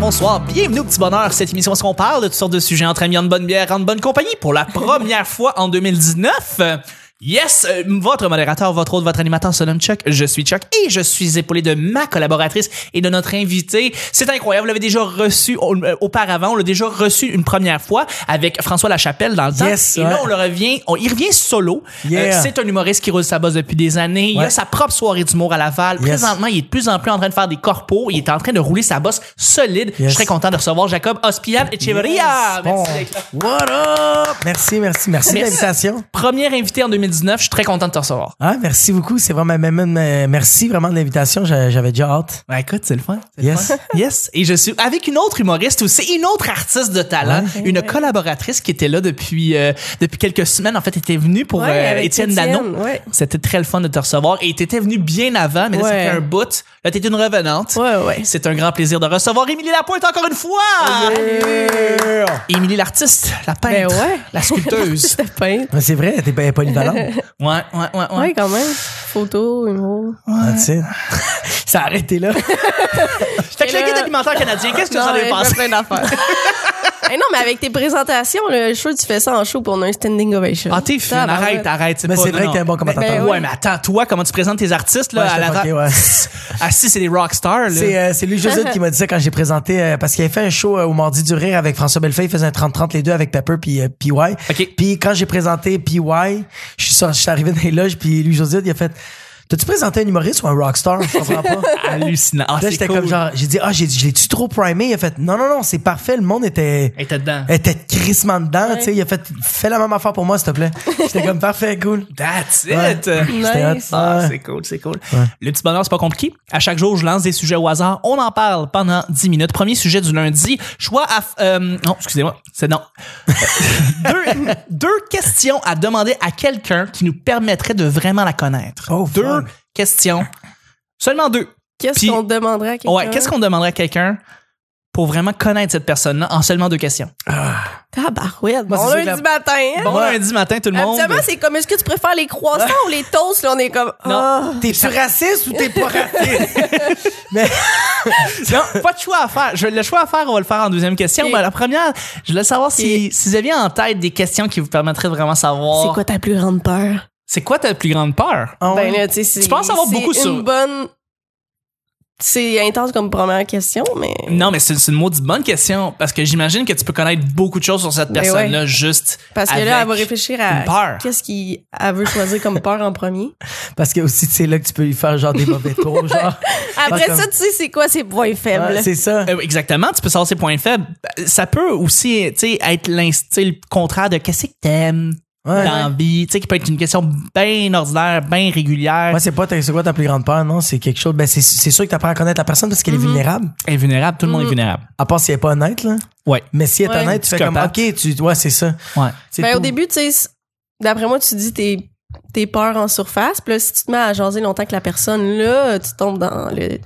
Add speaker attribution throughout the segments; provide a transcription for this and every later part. Speaker 1: bonsoir, bienvenue au Petit Bonheur, cette émission où on parle de toutes sortes de sujets entre amis, en bonne bière, en bonne compagnie, pour la première fois en 2019. Yes, euh, votre modérateur, votre hôte, votre animateur se nomme Chuck. Je suis Chuck et je suis épaulé de ma collaboratrice et de notre invité. C'est incroyable, vous l'avez déjà reçu au- euh, auparavant, on l'a déjà reçu une première fois avec François Lachapelle dans le temps.
Speaker 2: Yes,
Speaker 1: et
Speaker 2: ouais.
Speaker 1: là, on le revient, on, il revient solo. Euh,
Speaker 2: Yeah.
Speaker 1: c'est un humoriste qui roule sa bosse depuis des années. Il a
Speaker 2: Ouais.
Speaker 1: sa propre soirée d'humour à Laval.
Speaker 2: Yes.
Speaker 1: Présentement, il est de plus en plus en train de faire des corpos. Il est en train de rouler sa bosse solide. Je
Speaker 2: Yes.
Speaker 1: suis très content de recevoir Jacob Ospian Echeverria.
Speaker 2: Yes, bon.
Speaker 1: Merci d'être là.
Speaker 2: What up? Merci, merci, merci de
Speaker 1: Merci.
Speaker 2: l'invitation.
Speaker 1: Premier invité en 2019, je suis très content de te recevoir.
Speaker 2: Ah, merci beaucoup. C'est vraiment, même, même, euh, merci vraiment de l'invitation. J'a- J'avais déjà hâte.
Speaker 1: Ben écoute, c'est le fun. c'est le
Speaker 2: Yes.
Speaker 1: fun. Yes. Et je suis avec une autre humoriste aussi, une autre artiste de talent, une collaboratrice qui était là depuis, euh, depuis quelques semaines. En fait, elle était venue pour
Speaker 3: Ouais,
Speaker 1: euh,
Speaker 3: avec
Speaker 1: Étienne
Speaker 3: Étienne,
Speaker 1: Dano.
Speaker 3: ouais.
Speaker 1: C'était très le fun de te recevoir. Et t'étais venue bien avant, mais là, ça
Speaker 3: Ouais.
Speaker 1: fait un bout. Là, t'es une revenante.
Speaker 3: Ouais, ouais.
Speaker 1: C'est un grand plaisir de recevoir Émilie Lapointe encore une fois. Émilie l'artiste, la peintre,
Speaker 3: Ben ouais.
Speaker 1: la sculpteuse.
Speaker 3: C'était peintre.
Speaker 2: Mais c'est vrai, t'es bien polyvalente.
Speaker 1: ouais, ouais, ouais, ouais.
Speaker 3: Ouais, quand même. Photo, humour.
Speaker 2: Ah, tu sais.
Speaker 1: Ça a arrêté là. fait que le
Speaker 3: là-
Speaker 1: guide alimentaire canadien, qu'est-ce que vous
Speaker 3: Non,
Speaker 1: en avez
Speaker 3: mais
Speaker 1: pensé?
Speaker 3: plein d'affaires. Eh non, mais avec tes présentations, là, je suis sûr que tu fais ça en show pour on a un standing ovation.
Speaker 1: Ah, t'es fine,
Speaker 3: Tabarouette.
Speaker 1: arrête, arrête.
Speaker 2: Mais
Speaker 1: pas-
Speaker 2: c'est vrai
Speaker 1: non,
Speaker 2: que t'es un bon
Speaker 1: non.
Speaker 2: commentateur.
Speaker 1: Ben
Speaker 3: Ben
Speaker 1: ouais,
Speaker 3: oui.
Speaker 1: mais attends, toi, comment tu présentes tes artistes, là,
Speaker 2: Ouais,
Speaker 1: à
Speaker 2: je
Speaker 1: la
Speaker 2: sais pas, ok,
Speaker 1: Ah, si, c'est des rockstars, là.
Speaker 2: C'est euh, c'est lui Josette qui m'a dit ça quand j'ai présenté euh, parce qu'il avait fait un show euh, au mardi du rire avec François Bellefeuille, il faisait un 30-30 les deux avec Pepper puis euh, PY.
Speaker 1: Ok.
Speaker 2: Puis quand j'ai présenté PY, je suis sorti- je suis arrivé dans les loges puis lui Josette il a fait T'as-tu présenté un humoriste ou un rockstar? Je comprends pas.
Speaker 1: hallucinant. Ah,
Speaker 2: Là,
Speaker 1: c'est
Speaker 2: j'étais
Speaker 1: cool.
Speaker 2: comme genre, j'ai dit, ah, j'ai dit, je l'ai-tu trop primé? Il a fait, non, non, non, c'est parfait, le monde était,
Speaker 1: Elle était dedans.
Speaker 2: était crissement dedans, tu sais. Il a fait, fais la même affaire pour moi, s'il te plaît. J'étais comme, parfait, cool.
Speaker 1: That's it.
Speaker 2: Ouais. J'étais
Speaker 3: Nice.
Speaker 2: hot.
Speaker 1: Ah,
Speaker 2: Ouais.
Speaker 1: c'est cool, c'est cool. Le petit bonheur, c'est pas compliqué. À chaque jour, je lance des sujets au hasard. On en parle pendant 10 minutes. Premier sujet du lundi. Choix à. f- euh, non, excusez-moi. C'est non. deux, deux questions à demander à quelqu'un qui nous permettrait de vraiment la connaître.
Speaker 2: Oh,
Speaker 1: deux
Speaker 2: fun.
Speaker 1: questions. Seulement deux.
Speaker 3: Qu'est-ce
Speaker 1: Puis-
Speaker 3: qu'on demanderait à quelqu'un?
Speaker 1: Ouais, qu'est-ce qu'on demanderait à quelqu'un pour vraiment connaître cette personne-là en seulement deux questions?
Speaker 3: Tabarouette.
Speaker 2: Moi,
Speaker 3: Bon
Speaker 2: c'est sûr que
Speaker 3: lundi
Speaker 2: la-
Speaker 3: matin, hein?
Speaker 1: Bon lundi matin, tout le monde.
Speaker 3: Habituellement, c'est comme, est-ce que tu préfères les croissants ou les toasts? Là, on est comme,
Speaker 1: Non.
Speaker 3: ah.
Speaker 2: T'es-tu raciste ou t'es pas raciste?
Speaker 1: Non, pas de choix à faire. Je- le choix à faire, on va le faire en deuxième question.
Speaker 3: Ok.
Speaker 1: Mais la première, je voulais savoir si, si vous aviez en tête des questions qui vous permettraient de vraiment savoir.
Speaker 3: C'est quoi ta plus grande peur?
Speaker 1: C'est quoi ta plus grande peur?
Speaker 2: Ah ouais.
Speaker 3: Ben là, tu sais, c'est-
Speaker 1: Tu penses avoir
Speaker 3: c'est
Speaker 1: beaucoup
Speaker 3: une
Speaker 1: sur-
Speaker 3: bonne... C'est intense comme première question, mais...
Speaker 1: Non, mais c'est c'est une maudite bonne question parce que j'imagine que tu peux connaître beaucoup de choses sur cette
Speaker 3: Mais
Speaker 1: personne-là juste.
Speaker 3: Ben Parce que
Speaker 1: avec
Speaker 3: là, elle va réfléchir
Speaker 1: une
Speaker 3: à
Speaker 1: peur.
Speaker 3: qu'est-ce qu'elle veut choisir comme peur en premier.
Speaker 2: Parce que aussi, c'est là que tu peux lui faire genre des mauvais tours, genre.
Speaker 3: Après
Speaker 2: Parce
Speaker 3: ça,
Speaker 2: que-
Speaker 3: tu sais, c'est quoi ses points faibles?
Speaker 2: Ouais, c'est ça.
Speaker 1: Euh, exactement, tu peux savoir ses points faibles. Ben, Ça peut aussi, tu sais, être l'instinct le contraire de qu'est-ce que t'aimes
Speaker 2: Ouais.
Speaker 1: dans la vie, tu sais, qui peut être une question bien ordinaire, bien régulière,
Speaker 2: Moi, c'est pas ta- c'est quoi ta plus grande peur, non? C'est quelque chose. Ben, c'est c'est sûr que t'apprends à connaître la personne parce qu'elle
Speaker 3: Mhm.
Speaker 2: est vulnérable.
Speaker 1: invulnérable, tout le
Speaker 3: Mm.
Speaker 1: monde est vulnérable.
Speaker 2: À part si elle est pas honnête, là.
Speaker 1: Ouais.
Speaker 2: Mais si elle est
Speaker 3: Ouais.
Speaker 2: honnête, tu fais comme,
Speaker 1: Psychopathe.
Speaker 2: OK, tu, ouais, c'est ça.
Speaker 1: Ouais.
Speaker 2: C'est
Speaker 3: Ben, au
Speaker 2: tout.
Speaker 3: début, tu sais, c- d'après moi, tu dis tes, tes peurs en surface. Puis là, si tu te mets à jaser longtemps avec la personne, là, tu tombes dans le,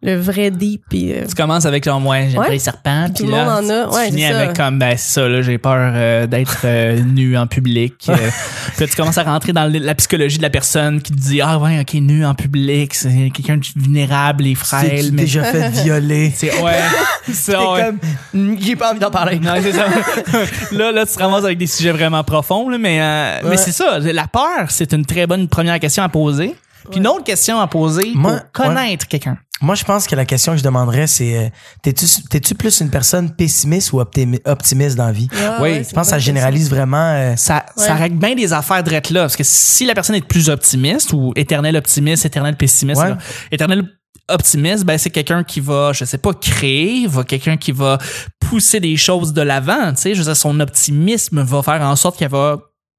Speaker 3: le vrai deep. Puis, euh,
Speaker 1: Tu commences avec genre, moi, j'aime
Speaker 3: Ouais.
Speaker 1: pas les serpents.
Speaker 3: Tout
Speaker 1: puis
Speaker 3: le
Speaker 1: là,
Speaker 3: monde en a.
Speaker 1: Tu
Speaker 3: Ouais,
Speaker 1: finis
Speaker 3: c'est ça.
Speaker 1: avec comme, ben, c'est ça, là, j'ai peur euh, d'être euh, nu en public. Euh, puis là, tu commences à rentrer dans la psychologie de la personne qui te dit, ah ouais, ok, nu en public, c'est quelqu'un de vulnérable et
Speaker 2: T'es
Speaker 1: frêle. Mais
Speaker 2: déjà fait violer.
Speaker 1: c'est, ouais. c'est,
Speaker 2: T'es
Speaker 1: ouais.
Speaker 2: comme,
Speaker 3: "Hmm,
Speaker 2: Mm, j'ai pas envie d'en parler.
Speaker 1: Non, c'est ça. là, là, tu te ramasses avec des sujets vraiment profonds, là, mais, euh, mais
Speaker 2: Ouais.
Speaker 1: c'est ça. La peur, c'est une très bonne première question à poser. Puis une autre question à poser
Speaker 2: Moi,
Speaker 1: pour connaître quelqu'un.
Speaker 2: Moi, je pense que la question que je demanderais, c'est euh, t'es-tu t'es-tu plus une personne pessimiste ou optimi- optimiste dans la vie?
Speaker 3: Ah,
Speaker 1: oui,
Speaker 3: ouais,
Speaker 1: je
Speaker 3: c'est
Speaker 2: Je pense que ça
Speaker 3: une bonne
Speaker 2: généralise vraiment. euh,
Speaker 1: Ça,
Speaker 3: Ouais.
Speaker 1: ça règle bien des affaires d'être là. Parce que si la personne est plus optimiste ou éternel optimiste, éternel pessimiste,
Speaker 2: Ouais.
Speaker 1: là, éternel optimiste, ben, c'est quelqu'un qui va, je sais pas, créer, va quelqu'un qui va pousser des choses de l'avant. Tu sais, je veux dire, son optimisme va faire en sorte qu'elle va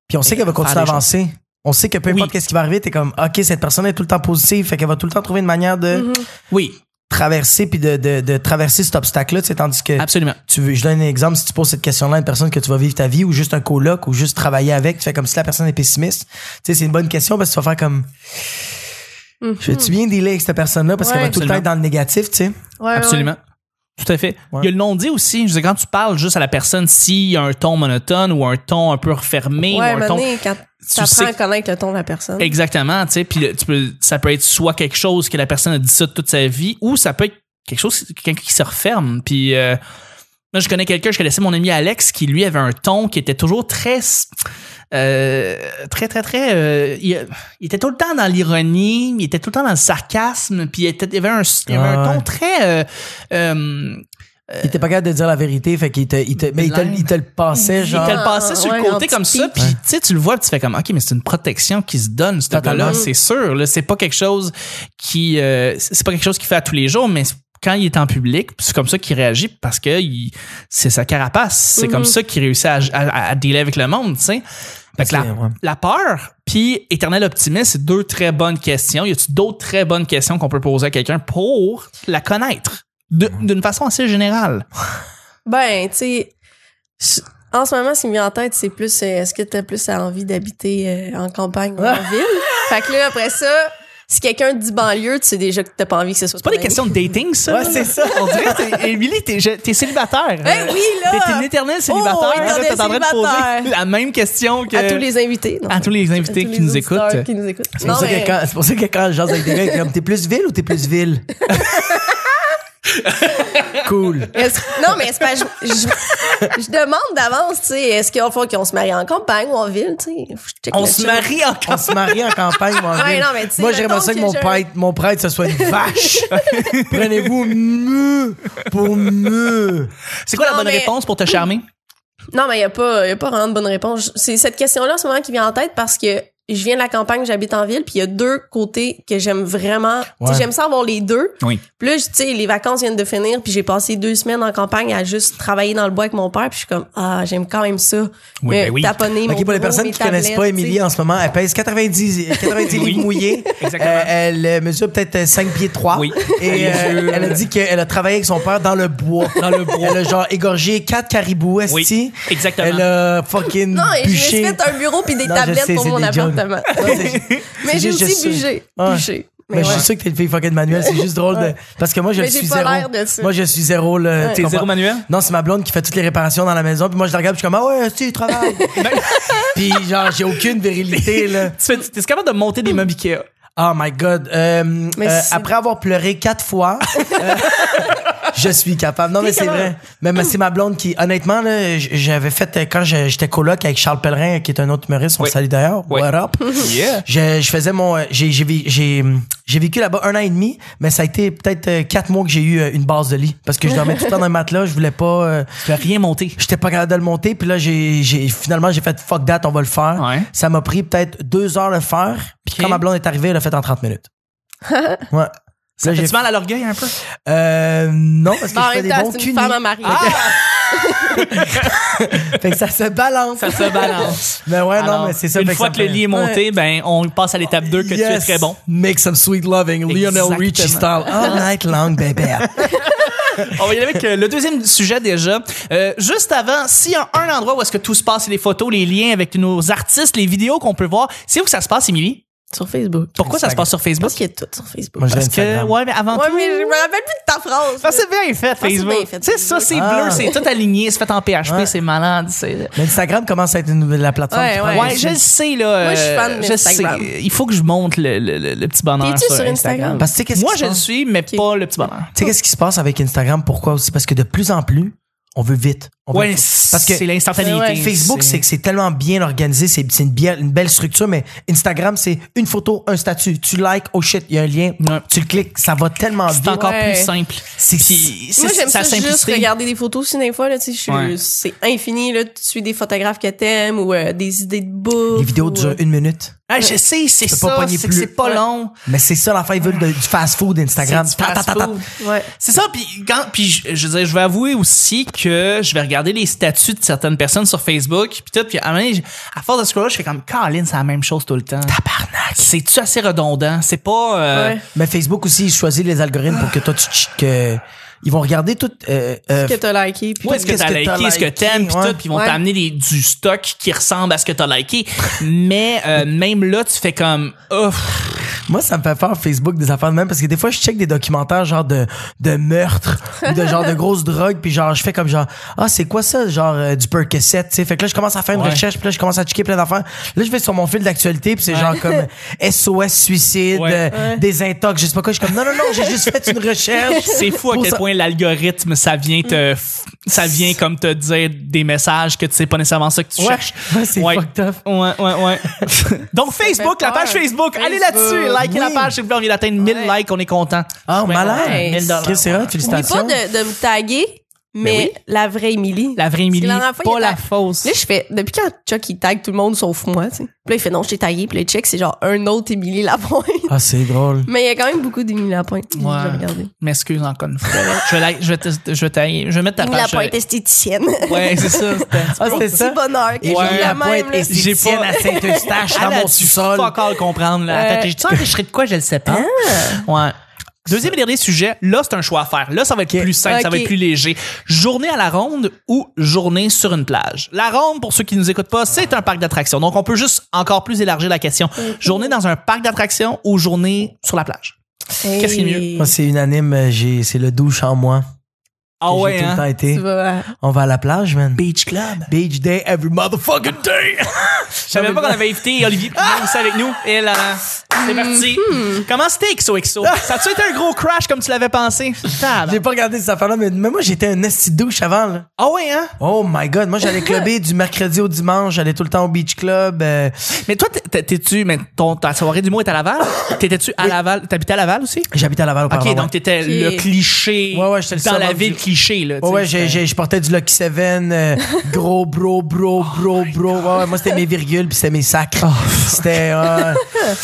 Speaker 2: puis on sait qu'elle va continuer
Speaker 1: faire
Speaker 2: à
Speaker 1: des
Speaker 2: avancer. On sait que peu importe
Speaker 1: Oui.
Speaker 2: qu'est-ce qui va arriver, t'es comme OK, cette personne est tout le temps positive, fait qu'elle va tout le temps trouver une manière de
Speaker 3: Mm-hmm.
Speaker 1: euh, Oui,
Speaker 2: traverser puis de, de, de traverser cet obstacle-là. tu sais, Tandis que
Speaker 1: absolument.
Speaker 2: tu veux, je donne un exemple, si tu poses cette question-là à une personne que tu vas vivre ta vie ou juste un coloc ou juste travailler avec, tu fais comme si la personne est pessimiste. Tu sais, c'est une bonne question parce que tu vas faire comme.
Speaker 3: Mm-hmm.
Speaker 2: Je vais-tu bien dealer avec cette personne-là parce qu'elle
Speaker 3: Ouais.
Speaker 2: va tout le temps être dans le négatif, tu sais?
Speaker 3: question. Ouais, ouais,
Speaker 1: Absolument. Tout à fait.
Speaker 2: Ouais.
Speaker 1: Il y a le non-dit aussi. Je veux dire, quand tu parles juste à la personne, s'il y a un ton monotone ou un ton un peu refermé
Speaker 3: Ouais, ouais à
Speaker 1: ou
Speaker 3: un
Speaker 1: un
Speaker 3: moment
Speaker 1: ton.
Speaker 3: donné, quand tu
Speaker 1: sais
Speaker 3: apprends à
Speaker 1: que-
Speaker 3: connaître le ton de la personne.
Speaker 1: Exactement, tu sais. Puis le- tu peux, ça peut être soit quelque chose que la personne a dit ça toute sa vie ou ça peut être quelque chose, quelqu'un qui se referme. Puis euh, moi, je connais quelqu'un, je connaissais mon ami Alex, qui lui avait un ton qui était toujours très, euh, très, très, très. euh, il, il était tout le temps dans l'ironie, il était tout le temps dans le sarcasme, puis il, était, il avait un, il avait un
Speaker 2: Ah ouais.
Speaker 1: ton très. euh, euh,
Speaker 2: Il était pas capable de dire la vérité, fait qu'il te, il te, mais il te, il te le passait,
Speaker 1: il
Speaker 2: genre.
Speaker 1: te le passait sur le
Speaker 3: Ouais,
Speaker 1: côté
Speaker 3: en
Speaker 1: comme
Speaker 3: petit
Speaker 1: ça, puis tu sais, tu le vois, puis tu fais comme, OK, mais c'est une protection qui se donne, ce
Speaker 2: Totalement.
Speaker 1: gars-là, c'est sûr. Là, c'est pas quelque chose qui... euh, c'est pas quelque chose qu'il fait à tous les jours, mais quand il est en public, c'est comme ça qu'il réagit, parce que il- c'est sa carapace. C'est
Speaker 3: Mhm.
Speaker 1: comme ça qu'il réussit à, à, à dealer avec le monde, tu sais. Fait que la,
Speaker 2: C'est- ouais.
Speaker 1: la peur puis éternel optimiste, c'est deux très bonnes questions. Y a-tu d'autres très bonnes questions qu'on peut poser à quelqu'un pour la connaître de- d'une façon assez générale?
Speaker 3: Ben, tu sais, je- en ce moment, ce qui me vient en tête, c'est plus euh, est-ce que tu as plus envie d'habiter euh, en campagne ou
Speaker 1: Ah!
Speaker 3: en ville? Fait que là, après ça, si quelqu'un te dit banlieue, tu sais déjà que t'as pas envie que ce soit
Speaker 1: C'est pas des questions de dating, ça.
Speaker 2: Ouais, c'est ça.
Speaker 1: On dirait que t'es- Émilie, t'es, je- t'es célibataire.
Speaker 3: Ben oui,
Speaker 1: T'es t'es une
Speaker 3: là!
Speaker 1: éternelle
Speaker 3: Oh,
Speaker 1: célibataire.
Speaker 3: éternelle
Speaker 1: Là, t'es en train de poser
Speaker 3: célibataire.
Speaker 1: la même question que
Speaker 3: À tous les invités. non.
Speaker 1: à tous les invités
Speaker 3: À tous
Speaker 1: qui
Speaker 3: les
Speaker 1: nous
Speaker 3: auditeurs
Speaker 1: écoutent.
Speaker 3: qui nous écoutent.
Speaker 2: C'est pour,
Speaker 3: Non,
Speaker 2: ça
Speaker 3: mais-
Speaker 2: que quand- c'est pour ça que quand je jase avec des gars, ils sont comme t'es plus ville ou t'es plus ville? cool.
Speaker 3: Est-ce- non, mais c'est pas. Je, je- je demande d'avance, tu sais, est-ce qu'il faut qu'on se marie en campagne ou en ville, tu sais? Faut que je check
Speaker 1: On
Speaker 3: le
Speaker 1: se
Speaker 3: chat.
Speaker 1: marie
Speaker 2: On
Speaker 1: encore.
Speaker 2: se marie en campagne ou en
Speaker 3: Ouais,
Speaker 2: ville.
Speaker 3: non, mais tu sais,
Speaker 2: Moi, j'aimerais
Speaker 3: mettons
Speaker 2: ça que
Speaker 3: que
Speaker 2: mon
Speaker 3: je-
Speaker 2: prêtre, mon prêtre, ce soit une vache. Prenez-vous mieux pour mieux.
Speaker 1: C'est quoi la
Speaker 3: Non,
Speaker 1: bonne
Speaker 3: mais-
Speaker 1: réponse pour te charmer?
Speaker 3: Non, mais il n'y a, pas- y a pas vraiment de bonne réponse. C'est cette question-là en ce moment qui vient en tête parce que je viens de la campagne, j'habite en ville, puis il y a deux côtés que j'aime vraiment. Tu sais,
Speaker 2: Ouais.
Speaker 3: J'aime ça avoir les deux.
Speaker 1: Oui.
Speaker 3: Puis là, je- tu sais, les vacances viennent de finir, puis j'ai passé deux semaines en campagne à juste travailler dans le bois avec mon père, puis je suis comme, ah, j'aime quand même ça.
Speaker 1: Oui,
Speaker 3: Mais
Speaker 1: ben oui.
Speaker 3: taponner mon
Speaker 2: OK, pour les
Speaker 3: bureau,
Speaker 2: personnes
Speaker 3: mes
Speaker 2: qui connaissent pas
Speaker 3: tablettes, tu sais.
Speaker 2: Émilie en ce moment, elle pèse 90, 90
Speaker 1: Oui.
Speaker 2: livres mouillés.
Speaker 1: Exactement.
Speaker 2: Euh, elle euh, mesure peut-être euh, 5 pieds 3.
Speaker 1: Oui.
Speaker 2: Et euh, elle a dit qu'elle a travaillé avec son père dans le bois.
Speaker 1: Dans le bois.
Speaker 2: Elle a genre égorgé 4 caribous, est
Speaker 1: Oui, exactement.
Speaker 2: Elle a fucking
Speaker 3: Non, et je me suis
Speaker 2: bûché.
Speaker 3: fait un bureau puis des
Speaker 2: Non, je
Speaker 3: tablettes
Speaker 2: sais,
Speaker 3: pour
Speaker 2: c'est
Speaker 3: mon
Speaker 2: des
Speaker 3: appartement.
Speaker 2: Non, c'est- c'est
Speaker 3: mais j'ai
Speaker 2: juste-
Speaker 3: aussi
Speaker 2: je sais.
Speaker 3: bûché.
Speaker 2: Ouais.
Speaker 3: bûché.
Speaker 2: Mais je suis sûr que t'es une fille fucking manuelle, c'est juste drôle de... Parce que moi, je
Speaker 3: Mais
Speaker 2: le
Speaker 3: j'ai
Speaker 2: suis
Speaker 3: pas
Speaker 2: zéro.
Speaker 3: l'air de ça.
Speaker 2: Moi, je suis zéro, là. tu
Speaker 1: T'es
Speaker 2: comprends?
Speaker 1: zéro manuel?
Speaker 2: Non, c'est ma blonde qui fait toutes les réparations dans la maison. Puis moi, je la regarde, puis je suis comme, ah ouais, tu travailles. puis genre, j'ai aucune virilité, là.
Speaker 1: Tu fais- T'es capable de monter des meubles Ikea?
Speaker 2: Oh my God. Euh,
Speaker 3: Mais
Speaker 2: euh,
Speaker 3: c'est-
Speaker 2: après avoir pleuré quatre fois, euh, je suis capable. Non, mais c'est
Speaker 3: capable.
Speaker 2: vrai. Mais mais c'est ma blonde qui, honnêtement, là, j- j'avais fait, euh, quand je- j'étais coloc avec Charles Pellerin, qui est un autre humoriste, on
Speaker 1: Oui.
Speaker 2: le salue d'ailleurs.
Speaker 1: Oui.
Speaker 2: What up?
Speaker 1: Yeah.
Speaker 2: Je, je faisais mon. euh, J'ai, j'ai, vi- j'ai, hum, j'ai vécu là-bas un an et demi, mais ça a été peut-être euh, quatre mois que j'ai eu euh, une base de lit. Parce que je dormais tout le temps dans un matelas, je voulais pas. euh,
Speaker 1: Tu peux rien monter.
Speaker 2: J'étais pas capable de le monter, puis là, j'ai, j'ai- finalement, j'ai fait fuck that, on va le faire.
Speaker 1: Ouais.
Speaker 2: Ça m'a pris peut-être deux heures le faire, puis
Speaker 1: Ok.
Speaker 2: quand ma blonde est arrivée, elle l'a fait en 30 minutes. ouais.
Speaker 1: Ça
Speaker 2: Là,
Speaker 1: fait
Speaker 2: j'ai-
Speaker 1: du mal à l'orgueil un peu?
Speaker 2: Euh, non, parce que
Speaker 3: Bon, en
Speaker 2: je fais
Speaker 3: même
Speaker 2: des
Speaker 3: temps,
Speaker 2: bons
Speaker 3: c'est
Speaker 2: cunis. Ah.
Speaker 3: une femme à marier.
Speaker 2: Fait que ça se balance.
Speaker 1: Ça se balance.
Speaker 2: Mais ouais,
Speaker 1: Alors,
Speaker 2: Ah non, mais c'est ça.
Speaker 1: Une
Speaker 2: fait que
Speaker 1: fois
Speaker 2: ça
Speaker 1: que
Speaker 2: me
Speaker 1: le
Speaker 2: fait-
Speaker 1: lit est monté, ben, on passe à l'étape 2 que tu es
Speaker 2: Yes.
Speaker 1: très bon.
Speaker 2: Make some sweet loving,
Speaker 1: Exactement.
Speaker 2: Lionel Richie style. All night long, baby.
Speaker 1: On va y aller avec euh, le deuxième sujet déjà. Euh, juste avant, s'il y a un endroit où est-ce que tout se passe, c'est les photos, les liens avec nos artistes, les vidéos qu'on peut voir, c'est où que ça se passe, Émilie?
Speaker 3: Sur Facebook.
Speaker 1: Pourquoi ça se passe sur
Speaker 3: Je
Speaker 1: Facebook?
Speaker 3: pense qu'il y a tout sur Facebook.
Speaker 2: Moi, Ah, je
Speaker 1: Parce que,
Speaker 2: Instagram.
Speaker 1: ouais, mais avant
Speaker 3: Ouais,
Speaker 1: tout...
Speaker 3: mais je me rappelle plus de ta phrase.
Speaker 1: Parce que c'est bien fait,
Speaker 3: que c'est
Speaker 1: Facebook.
Speaker 3: bien fait,
Speaker 1: Tu sais, ça, c'est
Speaker 2: Ah.
Speaker 1: bleu, c'est tout aligné, c'est fait en PHP,
Speaker 2: Ouais.
Speaker 1: c'est malade, c'est...
Speaker 2: Mais Instagram commence à être une, la plateforme.
Speaker 3: Ouais,
Speaker 2: qui prend
Speaker 3: ouais.
Speaker 2: le
Speaker 1: Ouais, je le
Speaker 2: dessus.
Speaker 1: sais, là.
Speaker 3: Moi, je suis fan
Speaker 1: euh,
Speaker 3: de
Speaker 1: je
Speaker 3: Instagram.
Speaker 1: sais. Il faut que je monte le, le- le- le petit bonheur
Speaker 3: T'es-tu
Speaker 1: sur,
Speaker 3: sur Instagram?
Speaker 2: Parce que tu sais, qu'est-ce
Speaker 1: Moi,
Speaker 2: qui se
Speaker 1: je le
Speaker 2: passe?
Speaker 1: suis, mais
Speaker 3: Ok.
Speaker 1: pas le petit bonheur.
Speaker 2: Tu sais, qu'est-ce qui se passe avec Instagram? Pourquoi aussi? Parce que de plus en plus, on veut vite. On veut
Speaker 1: Ouais,
Speaker 2: vite.
Speaker 1: parce que c'est l'instantanéité.
Speaker 3: Ouais, ouais.
Speaker 2: Facebook, c'est c'est tellement bien organisé, c'est c'est une, bien- une belle structure, mais Instagram, c'est une photo, un statut. Tu likes, oh shit, il y a un lien,
Speaker 1: Ouais.
Speaker 2: tu le cliques, ça va tellement
Speaker 1: C'est
Speaker 2: vite.
Speaker 1: encore
Speaker 3: Ouais.
Speaker 1: plus simple.
Speaker 2: C'est-
Speaker 1: Puis,
Speaker 3: Moi,
Speaker 1: c'est-
Speaker 3: j'aime
Speaker 1: sa
Speaker 3: ça juste
Speaker 1: simplicité.
Speaker 3: regarder des photos aussi des fois. Là, tu sais, je suis-
Speaker 1: Ouais.
Speaker 3: C'est infini. Là, tu suis des photographes que t'aimes ou euh, des idées de bouffe.
Speaker 2: Les vidéos
Speaker 3: ou,
Speaker 2: durent
Speaker 3: euh,
Speaker 2: une minute.
Speaker 1: Ah, je sais, c'est
Speaker 2: peux pas
Speaker 1: ça.
Speaker 2: pogner
Speaker 1: C'est que
Speaker 2: plus.
Speaker 1: c'est pas
Speaker 3: Ouais.
Speaker 1: long.
Speaker 2: Mais c'est ça l'affaire, ils veulent de- du fast-food Instagram.
Speaker 1: C'est du fast-food.
Speaker 3: euh, Ouais.
Speaker 1: C'est ça, puis quand puis je, je veux dire, je vais avouer aussi que je vais regarder les statuts de certaines personnes sur Facebook, puis tout, puis à, un moment donné, je- à force de scroller, je fais comme Caroline, c'est la même chose tout le temps.
Speaker 2: Tabarnak.
Speaker 1: C'est-tu assez redondant? C'est pas euh,
Speaker 3: Ouais.
Speaker 2: Mais Facebook aussi, ils choisissent les algorithmes pour que toi, tu... tu- que Ils vont regarder tout... euh, euh,
Speaker 3: Que t'as liké. puis
Speaker 1: où est-ce que
Speaker 2: Qu'est-ce
Speaker 1: t'as
Speaker 2: que t'as
Speaker 1: liké, ce que
Speaker 2: liké,
Speaker 1: t'aimes, puis
Speaker 2: ouais.
Speaker 1: tout, puis ils vont
Speaker 3: Ouais.
Speaker 1: t'amener des- du stock qui ressemble à ce que t'as liké. Mais euh, même là, tu fais comme Ouf,
Speaker 2: Moi, ça me fait faire Facebook des affaires de même parce que des fois, je check des documentaires genre de, de meurtre ou de genre de grosses drogues puis genre, je fais comme genre, ah, c'est quoi ça, genre euh, du Percocet, tu sais. Fait que là, je commence à faire une
Speaker 1: Ouais.
Speaker 2: recherche puis là, je commence à checker plein d'affaires. Là, je vais sur mon fil d'actualité puis c'est genre comme SOS suicide,
Speaker 1: Ouais.
Speaker 2: euh, désintox, je sais pas quoi. Je suis comme, non, non, non, j'ai juste fait une recherche.
Speaker 1: C'est fou à
Speaker 2: Pour
Speaker 1: quel
Speaker 2: ça-
Speaker 1: point l'algorithme, ça vient te, f- ça vient comme te dire des messages que tu sais pas nécessairement ça que tu
Speaker 2: Ouais.
Speaker 1: cherches.
Speaker 2: Ouais, c'est fucked up.
Speaker 1: Ouais, ouais, ouais. Donc Facebook,
Speaker 3: fait
Speaker 1: la page
Speaker 3: peur.
Speaker 1: Facebook, allez
Speaker 3: Facebook.
Speaker 1: là-dessus, likez la
Speaker 2: Oui.
Speaker 1: page, s'il vous plaît, on vient d'atteindre 1000
Speaker 3: Ouais.
Speaker 1: likes, on est content.
Speaker 2: Ah,
Speaker 1: Ouais,
Speaker 2: malade.
Speaker 1: ouais, 1000 dollars.
Speaker 2: Chris, c'est vrai,
Speaker 3: N'oublie pas
Speaker 2: félicitations.
Speaker 3: de, de me taguer,
Speaker 2: Ben
Speaker 3: mais la vraie Émilie.
Speaker 1: La vraie Émilie,
Speaker 3: la dernière fois, il
Speaker 1: pas
Speaker 3: était-
Speaker 1: la fausse.
Speaker 3: Là, je fais, depuis quand Chuck, il tag tout le monde sauf moi, tu sais. Puis là, il fait non, je t'ai tagué, puis là, il check, c'est genre un autre Émilie Lapointe.
Speaker 2: Ah, c'est drôle.
Speaker 3: Mais il y a quand même beaucoup d'Émilie Lapointe. J'ai
Speaker 1: Ouais.
Speaker 3: regardé.
Speaker 1: M'excuse encore une fois. je vais, la- je vais, te- je vais tailler- je vais mettre ta
Speaker 3: Émilie
Speaker 1: page. euh,
Speaker 3: Lapointe esthéticienne.
Speaker 1: Ouais, c'est ça. c'était-
Speaker 2: Ah, c'est
Speaker 3: Petit
Speaker 2: ça?
Speaker 3: bonheur. quelque
Speaker 1: Ouais.
Speaker 3: chose de
Speaker 1: La
Speaker 3: même,
Speaker 2: pointe
Speaker 3: là.
Speaker 2: est-
Speaker 1: J'ai
Speaker 2: Esthéticienne
Speaker 1: pas
Speaker 2: à Saint-Eustache, dans
Speaker 1: Ah, là,
Speaker 2: mon
Speaker 1: tu
Speaker 2: sous-sol.
Speaker 1: peux Pas encore le comprendre là.
Speaker 3: Euh.
Speaker 1: Attends, j'ai dit Ah, je serais de quoi, je le sais pas.
Speaker 2: Ah.
Speaker 1: Ouais. Deuxième et dernier sujet, là c'est un choix à faire. Là ça va être
Speaker 2: Ok.
Speaker 1: plus simple, ça va
Speaker 3: Ok.
Speaker 1: être plus léger. Journée à la ronde ou journée sur une plage. La ronde pour ceux qui nous écoutent pas, c'est un parc d'attractions. Donc on peut juste encore plus élargir la question. Journée dans un parc d'attractions ou journée sur la plage. Qu'est-ce qui est mieux?
Speaker 3: Hey,
Speaker 2: Moi, c'est unanime. euh, j'ai- C'est le douche en moi.
Speaker 1: Ah
Speaker 2: J'ai
Speaker 1: ouais
Speaker 2: tout le temps
Speaker 1: hein.
Speaker 2: été.
Speaker 3: Tu vas.
Speaker 2: On va à la plage, man.
Speaker 1: Beach club.
Speaker 2: Beach day every motherfucking day.
Speaker 1: Je savais pas qu'on avait invité Olivier Pinault aussi avec nous. Et là,
Speaker 2: Hmm.
Speaker 1: c'est parti. Comment c'était XOXO? Ça a-tu été un gros crash comme tu l'avais pensé? Tabarnak.
Speaker 2: J'ai pas regardé cette affaire-là, mais, mais moi, j'étais un esti douche avant, là.
Speaker 1: Ah ouais, hein?
Speaker 2: Oh my god. Moi, j'allais clubber du mercredi au dimanche. J'allais tout le temps au beach club. euh,
Speaker 1: Mais toi, t'es- t'es- t'es-tu, mais ton, ta soirée du mot est à Laval? T'étais-tu à Laval? T'habitais à Laval aussi?
Speaker 2: J'habitais à Laval au
Speaker 1: Ok,
Speaker 2: Parlement.
Speaker 1: donc t'étais
Speaker 3: Ok.
Speaker 1: le cliché
Speaker 2: Ouais, ouais, j'étais le
Speaker 1: dans la
Speaker 2: suburbe
Speaker 1: ville
Speaker 2: du-
Speaker 1: cliché, là. tu
Speaker 2: Ouais,
Speaker 1: sais,
Speaker 2: ouais, j'ai-
Speaker 1: c'était-
Speaker 2: j'ai- je portais du Lucky Seven, euh, gros bro, bro,
Speaker 1: Oh
Speaker 2: bro, bro. Ouais, ouais, moi, c'était mes virgules, puis c'était mes sacres. C'était euh,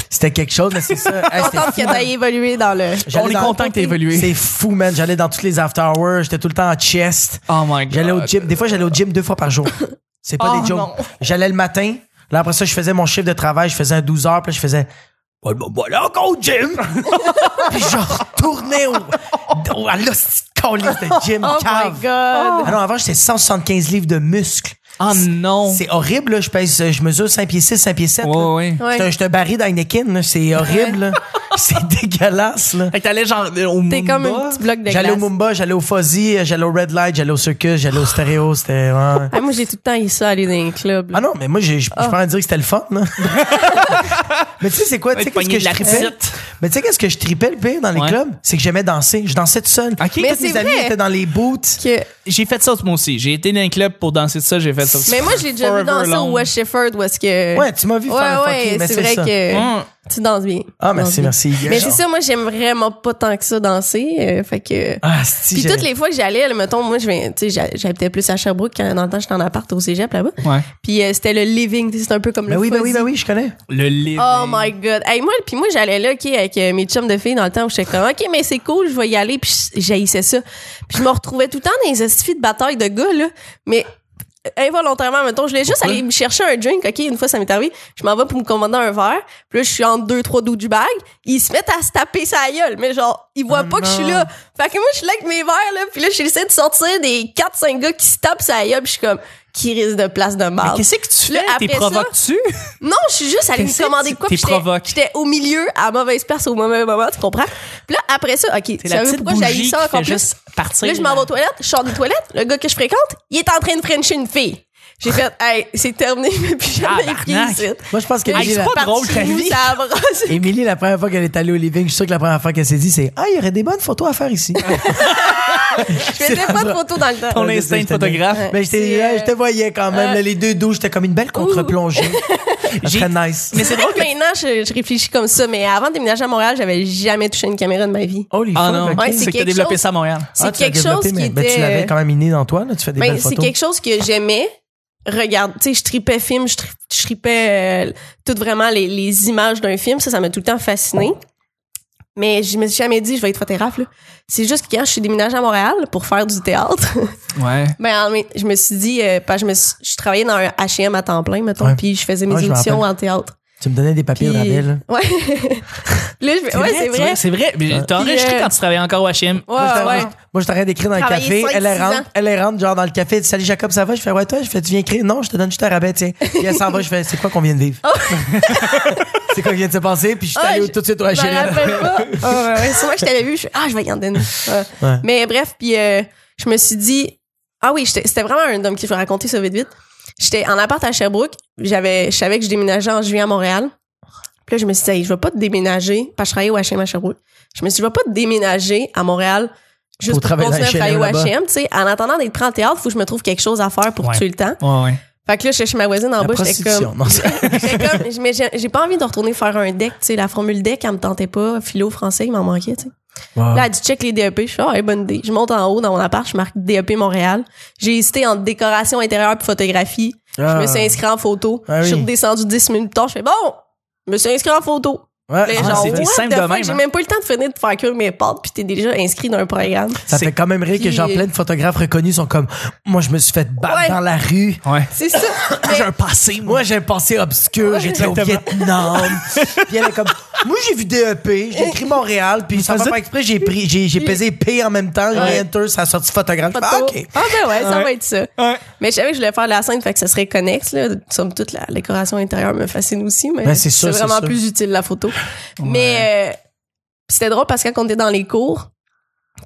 Speaker 2: c'était quelque chose, mais c'est ça. Hey, c'était
Speaker 3: Contente que t'aies évolué dans le.
Speaker 2: J'allais
Speaker 1: On est
Speaker 2: dans-
Speaker 1: content que t'aies évolué.
Speaker 2: C'est fou, man. J'allais dans toutes les after hours. J'étais tout le temps en chest.
Speaker 1: Oh my god.
Speaker 2: J'allais au gym. Des fois, j'allais au gym deux fois par jour. C'est pas
Speaker 1: Oh,
Speaker 2: des
Speaker 1: non.
Speaker 2: jokes. J'allais le matin. Là, après ça, je faisais mon chiffre de travail. Je faisais un 12 heures. Puis là, je faisais. Bon, bon, bon, là, encore au gym. puis je retournais au. au à l'hostie de calice de gym
Speaker 3: Oh
Speaker 2: cave.
Speaker 3: my god.
Speaker 2: Ah non, avant, j'étais 175 livres de muscles.
Speaker 1: Oh non.
Speaker 2: C'est horrible, là. Je pèse, euh, je mesure 5 pieds 6, 5 pieds 7.
Speaker 1: Ouais, ouais.
Speaker 3: Ouais.
Speaker 2: Je suis un baril d'Heineken, là. C'est horrible, là. C'est dégueulasse, là.
Speaker 1: Fait que t'allais genre euh, au
Speaker 3: T'es comme
Speaker 1: Moomba.
Speaker 3: un petit bloc de
Speaker 2: J'allais au
Speaker 3: glace.
Speaker 2: Mumba, j'allais au Fuzzy, euh, j'allais au Red Light, j'allais au Circus, j'allais au Stéréo, c'était... ouais.
Speaker 3: Ah, moi, j'ai tout le temps eu ça, aller dans les clubs. là.
Speaker 2: Ah non, mais moi, j'ai- je peux pas dire que c'était le fun, là. mais tu sais, c'est quoi? Tu sais,
Speaker 1: Être
Speaker 2: qu'est-ce
Speaker 1: pogné
Speaker 2: que
Speaker 1: de
Speaker 2: je
Speaker 1: la
Speaker 2: tripais?
Speaker 1: petite.
Speaker 2: Mais tu sais, qu'est-ce que je tripais le pire dans les
Speaker 1: Ouais.
Speaker 2: clubs? C'est que j'aimais danser. Je dansais tout seul.
Speaker 1: Ok,
Speaker 3: Mais
Speaker 2: Tous mes
Speaker 3: c'est
Speaker 2: amis
Speaker 3: vrai.
Speaker 2: étaient dans les boots.
Speaker 3: Que-
Speaker 1: j'ai fait ça moi aussi. J'ai été dans un club pour danser de ça, j'ai fait ça aussi.
Speaker 3: Mais moi, j'ai déjà
Speaker 1: Forever
Speaker 3: vu danser
Speaker 1: alone.
Speaker 3: au West Shefford où est-ce que.
Speaker 2: Ouais, tu m'as vu
Speaker 3: ouais,
Speaker 2: faire un
Speaker 3: ouais,
Speaker 2: fucking, mais
Speaker 3: c'est vrai
Speaker 2: ça.
Speaker 3: que
Speaker 1: Hum.
Speaker 3: tu danses bien.
Speaker 2: Ah,
Speaker 3: Tu danses
Speaker 2: merci,
Speaker 3: bien.
Speaker 2: merci.
Speaker 3: Mais c'est ça, moi, j'aime vraiment pas tant que ça danser. euh, fait que.
Speaker 2: Ah, si,
Speaker 3: Puis
Speaker 2: j'ai-
Speaker 3: toutes les fois que j'allais, là, mettons, moi, je viens, tu sais, j'a- j'habitais plus à Sherbrooke quand dans le temps, j'étais en appart au cégep là-bas.
Speaker 1: Ouais.
Speaker 3: Puis euh, c'était le living, tu sais, c'est un peu comme
Speaker 2: Ben
Speaker 3: le
Speaker 2: oui, ben
Speaker 3: fuzzy.
Speaker 2: oui, ben oui, je connais.
Speaker 1: Le livre.
Speaker 3: Oh my god. Hey, moi, puis moi j'allais là OK avec euh, mes chums de filles dans le temps où j'étais comme OK mais c'est cool, je vais y aller puis je- j'haïssais ça. Puis je me retrouvais tout le temps dans les hosties de bataille de gars là, mais euh, involontairement mettons, je voulais juste
Speaker 1: Pourquoi?
Speaker 3: aller me chercher un drink, OK, une fois ça m'est arrivé, je m'en vais pour me commander un verre, puis là je suis entre deux trois dos du bag, ils se mettent à se taper sa gueule, mais genre ils voient
Speaker 2: Oh
Speaker 3: pas que je suis
Speaker 2: non.
Speaker 3: là. Fait que moi je suis là avec mes verres là, puis là j'essaie de sortir des quatre cinq gars qui se tapent sa gueule, puis je suis comme qui risque de place de
Speaker 1: Mais
Speaker 3: marde.
Speaker 1: Qu'est-ce que tu
Speaker 3: Là,
Speaker 1: fais? T'es
Speaker 3: après ça-
Speaker 1: provoques-tu?
Speaker 3: Non, je suis juste allée
Speaker 1: Qu'est-ce
Speaker 3: me commander
Speaker 1: que
Speaker 3: de quoi.
Speaker 1: t'es
Speaker 3: puis j'étais-
Speaker 1: provoque?
Speaker 3: J'étais au milieu, à mauvaise place, au mauvais moment, tu comprends? Puis là, après ça, OK, tu
Speaker 1: la
Speaker 3: savais
Speaker 1: petite
Speaker 3: pourquoi
Speaker 1: bougie
Speaker 3: j'ai
Speaker 1: qui
Speaker 3: ça encore
Speaker 1: fait
Speaker 3: plus?
Speaker 1: juste partir.
Speaker 3: Là, je m'en vais aux toilettes, je sors des toilettes, le gars que je fréquente, il est en train de frencher une fille. J'ai fait, hey, c'est terminé, je vais plus jamais
Speaker 1: Tabarnak.
Speaker 3: pied ici.
Speaker 2: Moi, je pense que
Speaker 1: Hey,
Speaker 2: Émilie,
Speaker 1: c'est
Speaker 2: la-
Speaker 1: pas drôle, ta
Speaker 3: Parti où
Speaker 1: vie.
Speaker 3: ça a brassé.
Speaker 2: Émilie, la première fois qu'elle est allée au living, je suis sûr que la première fois qu'elle s'est dit, c'est Ah, il y aurait des bonnes photos à faire ici.
Speaker 3: Je faisais pas de photos dans le temps.
Speaker 1: Ton instinct de photographe.
Speaker 3: Ouais.
Speaker 2: Mais je t'ai-
Speaker 3: C'est, euh,
Speaker 2: je te voyais quand même. là, les deux douches, j'étais comme une belle contre-plongée.
Speaker 1: J'ai-
Speaker 2: Très nice.
Speaker 1: Mais c'est drôle que
Speaker 3: Maintenant, je, je réfléchis comme ça, mais avant de déménager à Montréal, j'avais jamais touché une caméra de ma vie.
Speaker 2: Holy
Speaker 1: Ah
Speaker 2: fuck,
Speaker 1: non,
Speaker 2: ok.
Speaker 3: Ouais,
Speaker 1: c'est que t'as
Speaker 3: quelque
Speaker 1: développé
Speaker 3: chose-
Speaker 1: ça à Montréal.
Speaker 3: C'est
Speaker 2: Ah, tu l'as
Speaker 3: quelque chose
Speaker 2: développé,
Speaker 3: qui
Speaker 2: mais,
Speaker 3: était.
Speaker 2: ben, tu l'avais quand même inné dans toi, là, tu fais des
Speaker 3: Ben,
Speaker 2: belles
Speaker 3: c'est
Speaker 2: photos.
Speaker 3: quelque chose que j'aimais. Regarde, tu sais, je tripais film, je, tri- je tripais euh, toutes vraiment les, les images d'un film. Ça, ça m'a tout le temps fasciné. Mais je me suis jamais dit, je vais être photographe. là. C'est juste que quand je suis déménagée à Montréal pour faire du théâtre,
Speaker 1: Ouais.
Speaker 3: ben, en- mais je me suis dit, euh, parce que je, me suis- je travaillais dans un H&M à temps plein, mettons,
Speaker 2: Ouais.
Speaker 3: puis je faisais mes
Speaker 2: Ouais, je me
Speaker 3: auditions
Speaker 2: rappelle.
Speaker 3: en théâtre.
Speaker 2: Tu me donnais des papiers de
Speaker 3: Puis-
Speaker 2: rabais, là.
Speaker 3: Ouais. Là, je vais- ouais, c'est
Speaker 1: tu
Speaker 3: vrai.
Speaker 1: vois, C'est vrai. Mais
Speaker 2: Ouais.
Speaker 1: T'as
Speaker 3: Puis,
Speaker 1: enregistré
Speaker 3: euh,
Speaker 1: quand tu travaillais encore au HM.
Speaker 2: Moi, je
Speaker 3: Ouais, ouais.
Speaker 2: t'arrête- Moi, je t'arrête d'écrire dans le
Speaker 3: Travailler
Speaker 2: café.
Speaker 3: cinq,
Speaker 2: Elle est
Speaker 3: six
Speaker 2: rentre,
Speaker 3: ans.
Speaker 2: elle est rentre, genre dans le café. Elle dit, Salut Jacob, ça va? Je fais, ouais, toi, je fais, tu viens écrire? Non, je te donne juste un rabais, tiens. Puis elle s'en va, je fais, c'est quoi qu'on vient de vivre? c'est quoi qui vient de se passer? Puis je suis
Speaker 3: Ah,
Speaker 2: allé
Speaker 3: Oh. je-
Speaker 2: tout de suite au
Speaker 3: Je m'en
Speaker 2: HLM.
Speaker 3: rappelle pas. Ah, ouais, ouais. C'est moi que je t'avais vu. Je suis, ah, je vais y en donner. Ouais.
Speaker 2: Ouais.
Speaker 3: Mais bref, puis euh, je me suis dit, ah oui, j'étais- c'était vraiment un homme qui je vais raconter ça vite vite. J'étais en appart à Sherbrooke. J'avais, je savais que je déménageais en juillet à Montréal. Puis là, je me suis dit, Hey, je vais pas te déménager. Parce que je travaillais au H&M à Sherbrooke. Je me suis dit, je vais pas te déménager à Montréal
Speaker 2: Pour
Speaker 3: juste pour,
Speaker 2: travailler
Speaker 3: continuer à
Speaker 2: dans
Speaker 3: travailler au
Speaker 2: H&M là-bas.
Speaker 3: H&M. Tu sais, en attendant d'être pris en théâtre, faut que je me trouve quelque chose à faire pour
Speaker 1: Ouais.
Speaker 3: tuer le temps.
Speaker 1: Ouais, ouais.
Speaker 3: Fait que là, j'étais chez ma voisine en
Speaker 2: La
Speaker 3: bas. J'étais
Speaker 2: prostitution.
Speaker 3: comme,
Speaker 2: Non, c'est-
Speaker 3: J'étais comme, mais j'ai j'ai pas envie de retourner faire un deck, tu sais, la formule deck, elle me tentait pas, philo français, il m'en manquait, tu sais.
Speaker 2: Wow.
Speaker 3: Là, elle dit check les DEP, je fais ah, ouais, bonne idée. Je monte en haut dans mon appart, je marque DEP Montréal. J'ai hésité entre décoration intérieure puis photographie.
Speaker 2: Ah.
Speaker 3: Je me suis inscrit en photo.
Speaker 2: Ah
Speaker 3: Je suis
Speaker 2: oui.
Speaker 3: redescendue 10 minutes plus tard, je fais bon, je me suis inscrit en photo.
Speaker 2: Ouais.
Speaker 3: Les
Speaker 2: Ah,
Speaker 3: gens,
Speaker 2: c'est-
Speaker 1: c'était
Speaker 3: what
Speaker 1: simple
Speaker 3: the
Speaker 1: de
Speaker 3: fuck?
Speaker 1: même,
Speaker 3: J'ai
Speaker 1: hein.
Speaker 3: même pas eu le temps de finir de faire cuire mes pâtes, puis t'es déjà inscrit dans un programme.
Speaker 2: Ça
Speaker 1: C'est-
Speaker 2: fait quand même rire que
Speaker 3: Puis-
Speaker 2: genre plein de photographes reconnus sont comme moi je me suis fait battre
Speaker 3: Ouais.
Speaker 2: dans la rue.
Speaker 1: Ouais.
Speaker 3: C'est ça. Mais-
Speaker 1: J'ai un passé, moi.
Speaker 2: Moi j'ai un passé obscur, j'étais au Vietnam. puis elle est comme moi j'ai vu DEP, j'ai écrit Montréal, puis sans
Speaker 1: faisait-
Speaker 2: faire exprès j'ai pris j'ai j'ai pesé P en même temps, j'ai
Speaker 3: Ouais.
Speaker 2: enter, ça a sorti photographe. Je fais, Ah,
Speaker 3: photo.
Speaker 2: OK.
Speaker 3: Ah ben ouais, ça
Speaker 1: Ouais.
Speaker 3: va être ça.
Speaker 1: Ouais.
Speaker 3: Mais je savais que je voulais faire de la scène, fait que ça serait connexe. Là. Somme toute, la décoration intérieure me fascine aussi, mais
Speaker 2: Ben, c'est
Speaker 3: c'est
Speaker 2: sûr, c'est
Speaker 3: vraiment
Speaker 2: sûr.
Speaker 3: plus utile la photo. Mais euh, c'était drôle parce que quand on était dans les cours,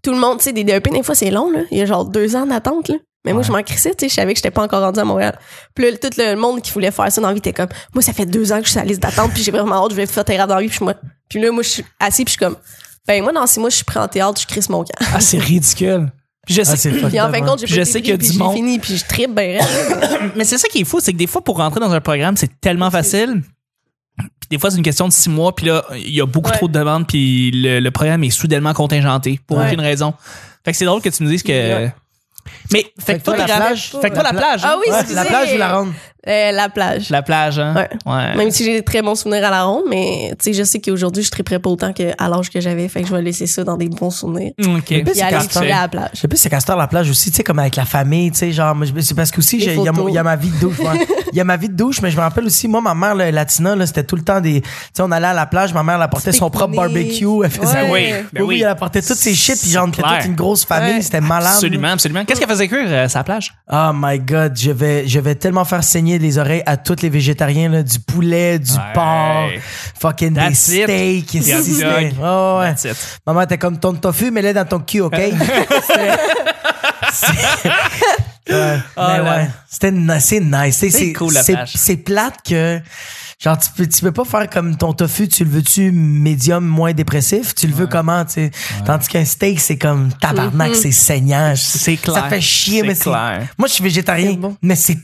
Speaker 3: tout le monde, tu sais, des DEP, des fois c'est long, là. il y a genre deux ans d'attente. Là. Mais moi, je m'en crissais, tu sais, je savais que j'étais pas encore rendu à Montréal. Puis là, tout le monde qui voulait faire ça dans la vie était comme, moi, ça fait deux ans que je suis sur la liste d'attente, puis j'ai vraiment hâte, je vais faire théâtre dans la vie, puis moi. Puis là, moi, je suis assis, puis je suis comme, ben moi, dans six mois, je suis pris en théâtre, je crisse mon camp.
Speaker 1: Ah, c'est ridicule. Puis je
Speaker 2: Ah,
Speaker 1: sais
Speaker 2: c'est fucked
Speaker 3: Puis en
Speaker 2: up,
Speaker 3: fin de
Speaker 2: hein.
Speaker 3: compte, j'ai
Speaker 1: Je
Speaker 3: pas
Speaker 1: sais
Speaker 3: été pris,
Speaker 1: qu'il y a
Speaker 3: puis
Speaker 1: du
Speaker 3: j'ai
Speaker 1: monde.
Speaker 3: fini, puis je tripe ben raide.
Speaker 1: Mais c'est ça qui est fou, c'est que des fois, pour rentrer dans un programme, c'est tellement facile. Puis des fois, c'est une question de six mois, puis là, il y a beaucoup
Speaker 3: Ouais.
Speaker 1: trop de demandes, puis le, le programme est soudainement contingenté pour
Speaker 3: Ouais.
Speaker 1: aucune raison. Fait que c'est drôle que tu nous dises que.
Speaker 3: Ouais.
Speaker 1: Mais fait, que toi, la plage. Fait que toi, la plage.
Speaker 3: Ah
Speaker 1: hein?
Speaker 3: oui,
Speaker 2: Ouais,
Speaker 3: excusez.
Speaker 2: la plage, je la rendre.
Speaker 3: Euh, la plage.
Speaker 1: La plage, hein?
Speaker 3: Ouais.
Speaker 1: Ouais.
Speaker 3: Même si j'ai des très bons souvenirs à la ronde, mais tu sais, je sais qu'aujourd'hui, je triperais pas autant que à l'âge que j'avais, fait que je vais laisser ça dans des bons souvenirs.
Speaker 1: Ok. Ben
Speaker 2: Le pire,
Speaker 3: Puis
Speaker 2: c'est
Speaker 3: aller
Speaker 2: quand
Speaker 3: explorer à la plage.
Speaker 2: Je sais plus c'est Castor la plage aussi, tu sais, comme avec la famille, tu sais, genre, moi, je- c'est parce que aussi,
Speaker 3: Les
Speaker 2: j'ai- il y, a mon-
Speaker 3: photos.
Speaker 2: il y a ma vie de douche. ouais. Il y a ma vie de douche, mais je me rappelle aussi, moi, ma mère, là, latina, là, c'était tout le temps des, tu sais, on allait à la plage, ma mère, elle apportait son propre
Speaker 3: Pique-nique.
Speaker 2: barbecue, elle faisait,
Speaker 3: Ouais.
Speaker 1: Oui, ben oui.
Speaker 2: elle apportait toutes ses shit, puis genre, on était
Speaker 1: Clair.
Speaker 2: toute une grosse famille,
Speaker 3: Ouais.
Speaker 2: c'était malade.
Speaker 1: Absolument, absolument. Qu'est-ce qu'elle faisait cuire euh, sa plage?
Speaker 2: Oh my god, je vais, je vais tellement faire saigner les oreilles à tous les végétariens, là, du poulet, du
Speaker 1: Ouais.
Speaker 2: porc, fucking des
Speaker 1: That's it.
Speaker 2: steaks,
Speaker 1: Des hot
Speaker 2: ici,
Speaker 1: dogs.
Speaker 2: c'était- Oh, ouais.
Speaker 1: That's it.
Speaker 2: Maman, t'es comme ton tofu, mais là dans ton cul, OK? C'était- C'est- ouais, mais
Speaker 1: là.
Speaker 2: ouais. C'était na- c'est nice. C'est-
Speaker 1: Ah, C'est
Speaker 2: C'est
Speaker 1: cool, la
Speaker 2: c'est-
Speaker 1: plage.
Speaker 2: C'est plate que. Genre, tu peux, tu peux pas faire comme ton tofu, tu le veux-tu médium, moins dépressif? Tu le veux comment, tu sais? Tandis qu'un steak, c'est comme tabarnak, c'est saignant.
Speaker 1: Mm-hmm. C'est clair.
Speaker 2: Ça fait chier,
Speaker 1: C'est
Speaker 2: mais c'est.
Speaker 1: clair.
Speaker 2: Moi, je suis végétarien,
Speaker 3: C'est bon.
Speaker 2: mais c'est.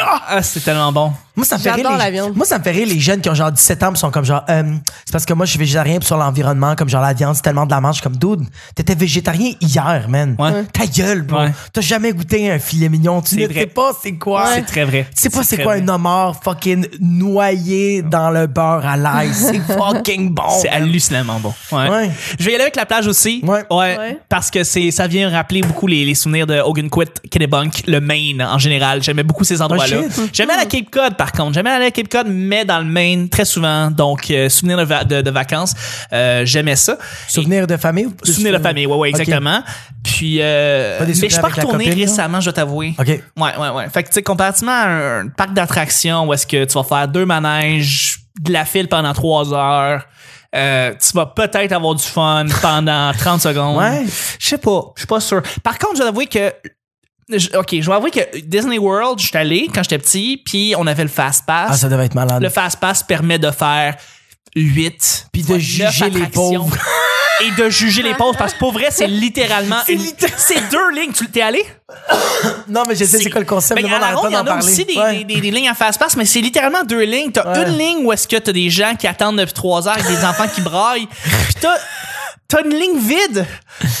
Speaker 1: Ah, c'est tellement bon.
Speaker 2: Moi, ça me fait rire.
Speaker 3: J'adore
Speaker 2: les-
Speaker 3: la viande.
Speaker 2: Moi, ça me fait rire les jeunes qui ont genre 17 ans, puis sont comme genre, Euh, c'est parce que moi, je suis végétarien, puis sur l'environnement, comme genre la viande, c'est tellement de la manche, comme dude. T'étais végétarien hier, man.
Speaker 1: Ouais.
Speaker 2: Ta gueule, bro.
Speaker 1: Ouais.
Speaker 2: T'as jamais goûté un filet mignon. Tu
Speaker 1: C'est
Speaker 2: ne
Speaker 1: vrai.
Speaker 2: sais pas c'est quoi.
Speaker 1: C'est très vrai.
Speaker 2: Tu sais pas c'est
Speaker 1: très
Speaker 2: quoi
Speaker 1: vrai.
Speaker 2: un homard fucking noyé dans le beurre à l'ail. C'est fucking bon.
Speaker 1: C'est
Speaker 2: man.
Speaker 1: hallucinamment bon. Ouais.
Speaker 2: Ouais.
Speaker 1: Je vais y aller avec la plage aussi.
Speaker 2: Ouais.
Speaker 3: Ouais.
Speaker 1: Parce que c'est, ça vient rappeler beaucoup les, les souvenirs de Ogunquit, Kennebunk, le Maine en général. J'aimais beaucoup ces endroits-là.
Speaker 2: Oh, shit.
Speaker 1: J'aimais la Cape Cod par contre. J'aimais aller à Cape Cod, mais dans le Maine très souvent. Donc, euh, souvenirs de, va- de- de vacances. Euh, j'aimais ça.
Speaker 2: Souvenir de famille? ou-
Speaker 1: Et- souvenirs de famille, ouais, ouais, exactement. Puis, euh,
Speaker 2: Pas des
Speaker 1: mais je suis
Speaker 2: souvenirs
Speaker 1: pas
Speaker 2: avec la
Speaker 1: retourné
Speaker 2: copine, là?
Speaker 1: récemment, je dois t'avouer.
Speaker 2: OK.
Speaker 1: Ouais, ouais, ouais. Fait que, tu sais, comparativement à un, un parc d'attractions où est-ce que tu vas faire deux manèges, de la file pendant trois heures, euh, tu vas peut-être avoir du fun pendant 30 secondes.
Speaker 2: Ouais.
Speaker 1: Je sais pas, je suis pas sûr. Par contre, je dois avouer que. je- ok, je vais avouer que Disney World, je suis allé quand j'étais petit, puis on avait le Fast Pass.
Speaker 2: Ah, ça devait être malade.
Speaker 1: Le Fast Pass permet de faire 8
Speaker 2: Puis de juger les pauvres.
Speaker 1: et de juger les pauvres parce que pour vrai c'est littéralement
Speaker 2: C'est
Speaker 1: une- c'est deux lignes tu t'es allé
Speaker 2: Non, mais je sais c'est quoi le concept.
Speaker 1: ben,
Speaker 2: le monde
Speaker 1: à la
Speaker 2: arrête
Speaker 1: ronde, il y
Speaker 2: pas
Speaker 1: en
Speaker 2: d'en
Speaker 1: a
Speaker 2: parler.
Speaker 1: aussi des, des-
Speaker 2: Ouais.
Speaker 1: des- des lignes à fast-pass, mais c'est littéralement deux lignes. T'as
Speaker 2: Ouais.
Speaker 1: une ligne où est-ce que t'as des gens qui attendent depuis trois heures avec des enfants qui braillent. Puis t'as, t'as une ligne vide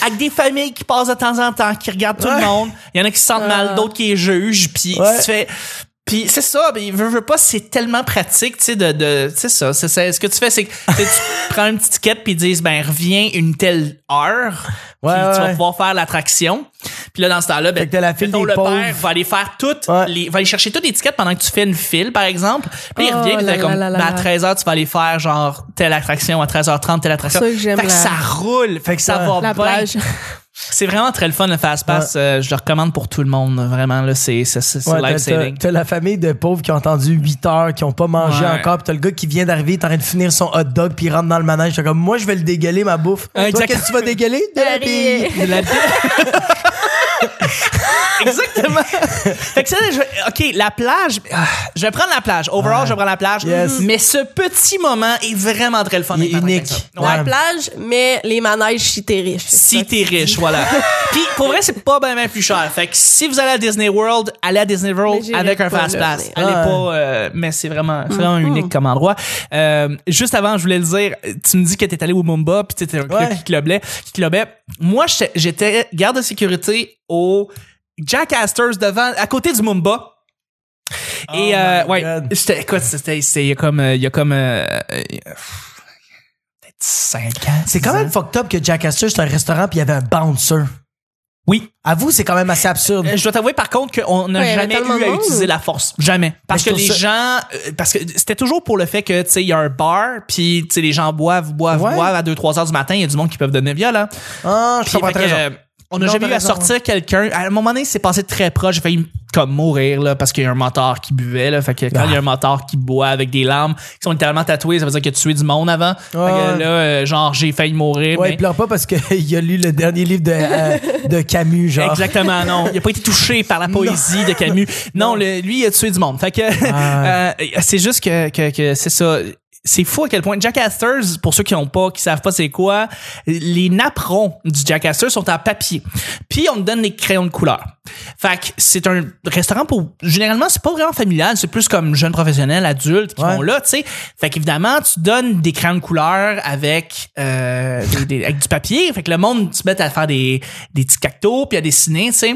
Speaker 1: avec des familles qui passent de temps en temps, qui regardent tout
Speaker 2: Ouais.
Speaker 1: le monde. Il y en a qui se sentent mal, d'autres qui les jugent. Puis
Speaker 2: Ouais.
Speaker 1: tu fais... Puis c'est ça, ben, veux, veux pas, c'est tellement pratique, tu sais, de, de c'est ça, c'est, c'est- ce que tu fais, c'est que tu sais, tu prends une petite ticket puis ils disent, ben, reviens une telle heure, puis
Speaker 2: Ouais,
Speaker 1: tu vas
Speaker 2: ouais.
Speaker 1: pouvoir faire l'attraction. Puis là, dans ce temps-là, ben,
Speaker 2: Fait que t'as la file
Speaker 1: mettons,
Speaker 2: des
Speaker 1: le
Speaker 2: pauvres.
Speaker 1: père va aller faire toutes
Speaker 2: Ouais.
Speaker 1: les, va aller chercher toutes les tickets pendant que tu fais une file, par exemple. Puis il
Speaker 3: Oh
Speaker 1: revient, puis
Speaker 3: là
Speaker 1: t'es
Speaker 3: là
Speaker 1: comme,
Speaker 3: là là
Speaker 1: ben, à
Speaker 3: là.
Speaker 1: 13h, tu vas aller faire, genre, telle attraction, à 13h30, telle attraction.
Speaker 3: ça que j'aime
Speaker 1: fait que
Speaker 3: la-
Speaker 1: ça roule, fait que ça
Speaker 2: Ouais.
Speaker 1: va
Speaker 3: La
Speaker 1: bien.
Speaker 3: plage.
Speaker 1: C'est vraiment très le fun, le Fast Pass. Euh, je le recommande pour tout le monde, vraiment, là, c'est, c'est, c'est, c'est
Speaker 2: Ouais,
Speaker 3: ben,
Speaker 2: t'as- t'as-
Speaker 1: life-saving.
Speaker 2: t'as la famille de pauvres qui ont entendu 8 heures, qui ont pas mangé
Speaker 1: Ouais.
Speaker 2: encore, puis t'as le gars qui vient d'arriver, t'es en train de finir son hot dog, puis il rentre dans le manège, t'es comme moi je vais le dégueuler ma bouffe.
Speaker 1: Ouais,
Speaker 2: Toi
Speaker 1: exact.
Speaker 2: qu'est-ce que tu vas dégueuler De la
Speaker 3: Harry.
Speaker 2: bille.
Speaker 1: Exactement. fait que ça, je vais- OK, la plage. ah, Je vais prendre la plage. Overall, je vais prendre la plage.
Speaker 2: Yes.
Speaker 1: Mais ce petit moment est vraiment très le fun.
Speaker 2: Il est
Speaker 1: d'être en train de
Speaker 2: unique.
Speaker 1: faire ça.
Speaker 2: Ouais.
Speaker 1: Ouais.
Speaker 3: La plage, mais les manèges si t'es riche. c'est
Speaker 1: Si
Speaker 3: ça.
Speaker 1: t'es riche, voilà. Puis pour vrai, c'est pas bien plus cher. Fait que si vous allez à Disney World, allez à Disney
Speaker 3: Mais
Speaker 1: World
Speaker 3: j'irai
Speaker 1: avec un Mm-hmm.
Speaker 3: pas
Speaker 1: fast
Speaker 3: là,
Speaker 1: pass.
Speaker 3: mais-
Speaker 1: Allez
Speaker 2: Ah.
Speaker 1: pas, euh, mais c'est vraiment, c'est vraiment unique comme endroit. Euh, juste avant, je voulais le dire. Tu me dis que t'es allé au Mumba, puis t'étais un club
Speaker 2: Ouais.
Speaker 1: qui clubait, qui clubait. Moi, j'étais- j'étais garde de sécurité au Jack Astor's devant, à côté du Mumba. Et
Speaker 2: Oh
Speaker 1: euh,
Speaker 2: my
Speaker 1: ouais,
Speaker 2: God.
Speaker 1: c'était écoute, c'était c'était- il y a comme euh, il y a comme euh, euh, peut-être 5 ans.
Speaker 2: C'est quand
Speaker 1: 10 ans.
Speaker 2: même fucked up que Jack Astor c'est un restaurant puis il y avait un bouncer.
Speaker 1: Oui,
Speaker 2: Avoue, c'est quand même assez absurde.
Speaker 1: Euh, Je dois t'avouer par contre qu'on n'a
Speaker 3: Ouais, il y avait
Speaker 1: jamais
Speaker 3: tellement
Speaker 1: eu
Speaker 3: de
Speaker 1: à
Speaker 3: monde.
Speaker 1: utiliser la force, jamais. Parce
Speaker 2: Mais
Speaker 1: que
Speaker 2: je
Speaker 1: les
Speaker 2: trouve
Speaker 1: gens, euh, parce que c'était toujours pour le fait que tu sais il y a un bar, puis tu sais les gens boivent, boivent,
Speaker 2: Ouais.
Speaker 1: boivent à 2 3 heures du matin, il y a du monde qui peuvent donner violent.
Speaker 2: Ah, je
Speaker 1: Euh, Puis,
Speaker 2: comprends
Speaker 1: fait
Speaker 2: très
Speaker 1: que,
Speaker 2: bien.
Speaker 1: euh, on n'a
Speaker 2: Non,
Speaker 1: jamais
Speaker 2: t'as
Speaker 1: eu à
Speaker 2: raison.
Speaker 1: sortir quelqu'un. À un moment donné, c'est passé très proche. J'ai failli comme mourir là, parce qu'il y a un moteur qui buvait. Là. Fait que quand
Speaker 2: Ah.
Speaker 1: il y a un moteur qui boit avec des larmes qui sont littéralement tatouées, ça veut dire qu'il a tué du monde avant. Fait que
Speaker 2: Ouais.
Speaker 1: là, euh, genre, j'ai failli mourir.
Speaker 2: Ouais,
Speaker 1: euh, mais-
Speaker 2: il pleure pas parce qu'il a lu le dernier livre de, euh, de Camus, genre.
Speaker 1: Exactement, non. Il a pas été touché par la poésie de Camus. Non, le- lui, il a tué du monde. Fait que
Speaker 2: Ah.
Speaker 1: euh, c'est juste que, que, que c'est ça. C'est fou à quel point Jack Astor's, pour ceux qui ont pas, qui savent pas c'est quoi, les napperons du Jack Astor's sont en papier. Puis on te donne des crayons de couleur. Fait que c'est un restaurant pour généralement c'est pas vraiment familial, c'est plus comme jeunes professionnels, adultes qui
Speaker 2: Ouais.
Speaker 1: vont là, tu sais. Fait qu'évidemment tu donnes des crayons de couleur avec euh, des- des- avec du papier. Fait que le monde se met à faire des des petits cactos puis à dessiner, tu sais.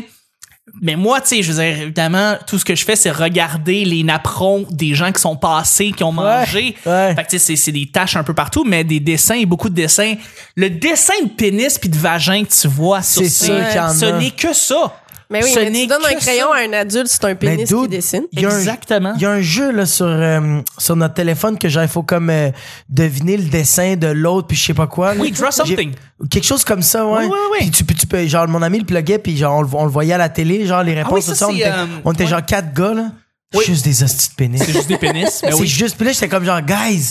Speaker 1: Mais moi, tu sais, je veux dire, évidemment, tout ce que je fais, c'est regarder les napperons des gens qui sont passés, qui ont mangé.
Speaker 2: ouais.
Speaker 1: Fait que, tu sais, c'est- c'est des taches un peu partout, mais des dessins et beaucoup de dessins. Le dessin de pénis puis de vagin que tu vois sur
Speaker 2: C'est
Speaker 1: ces-
Speaker 2: sûr qu'il y en
Speaker 1: ce
Speaker 2: a.
Speaker 1: n'est que ça.
Speaker 3: Mais oui,
Speaker 1: ce
Speaker 3: mais
Speaker 1: n'est
Speaker 3: tu donnes un
Speaker 1: que
Speaker 3: crayon
Speaker 1: ça.
Speaker 3: à un adulte, c'est un pénis qui
Speaker 2: dude,
Speaker 3: dessine.
Speaker 2: il y a un-
Speaker 1: Exactement.
Speaker 2: Il y a un jeu là, sur, euh, sur notre téléphone que genre, il faut comme euh, deviner le dessin de l'autre, puis je sais pas quoi. là.
Speaker 1: Oui, draw something.
Speaker 2: J'ai- Quelque chose comme ça,
Speaker 1: Oui,
Speaker 2: ouais.
Speaker 1: oui, oui.
Speaker 2: Puis tu, peux- tu peux, genre, mon ami le pluguait, puis genre, on le, on le voyait à la télé, genre, les réponses,
Speaker 1: oui, ça,
Speaker 2: tout ça. On
Speaker 1: c'est,
Speaker 2: était,
Speaker 1: euh,
Speaker 2: on était
Speaker 1: ouais.
Speaker 2: genre quatre gars, là.
Speaker 1: Oui.
Speaker 2: Juste des hosties de pénis.
Speaker 1: C'est juste des pénis. mais
Speaker 2: C'est
Speaker 1: oui.
Speaker 2: juste, puis là, j'étais comme genre, guys.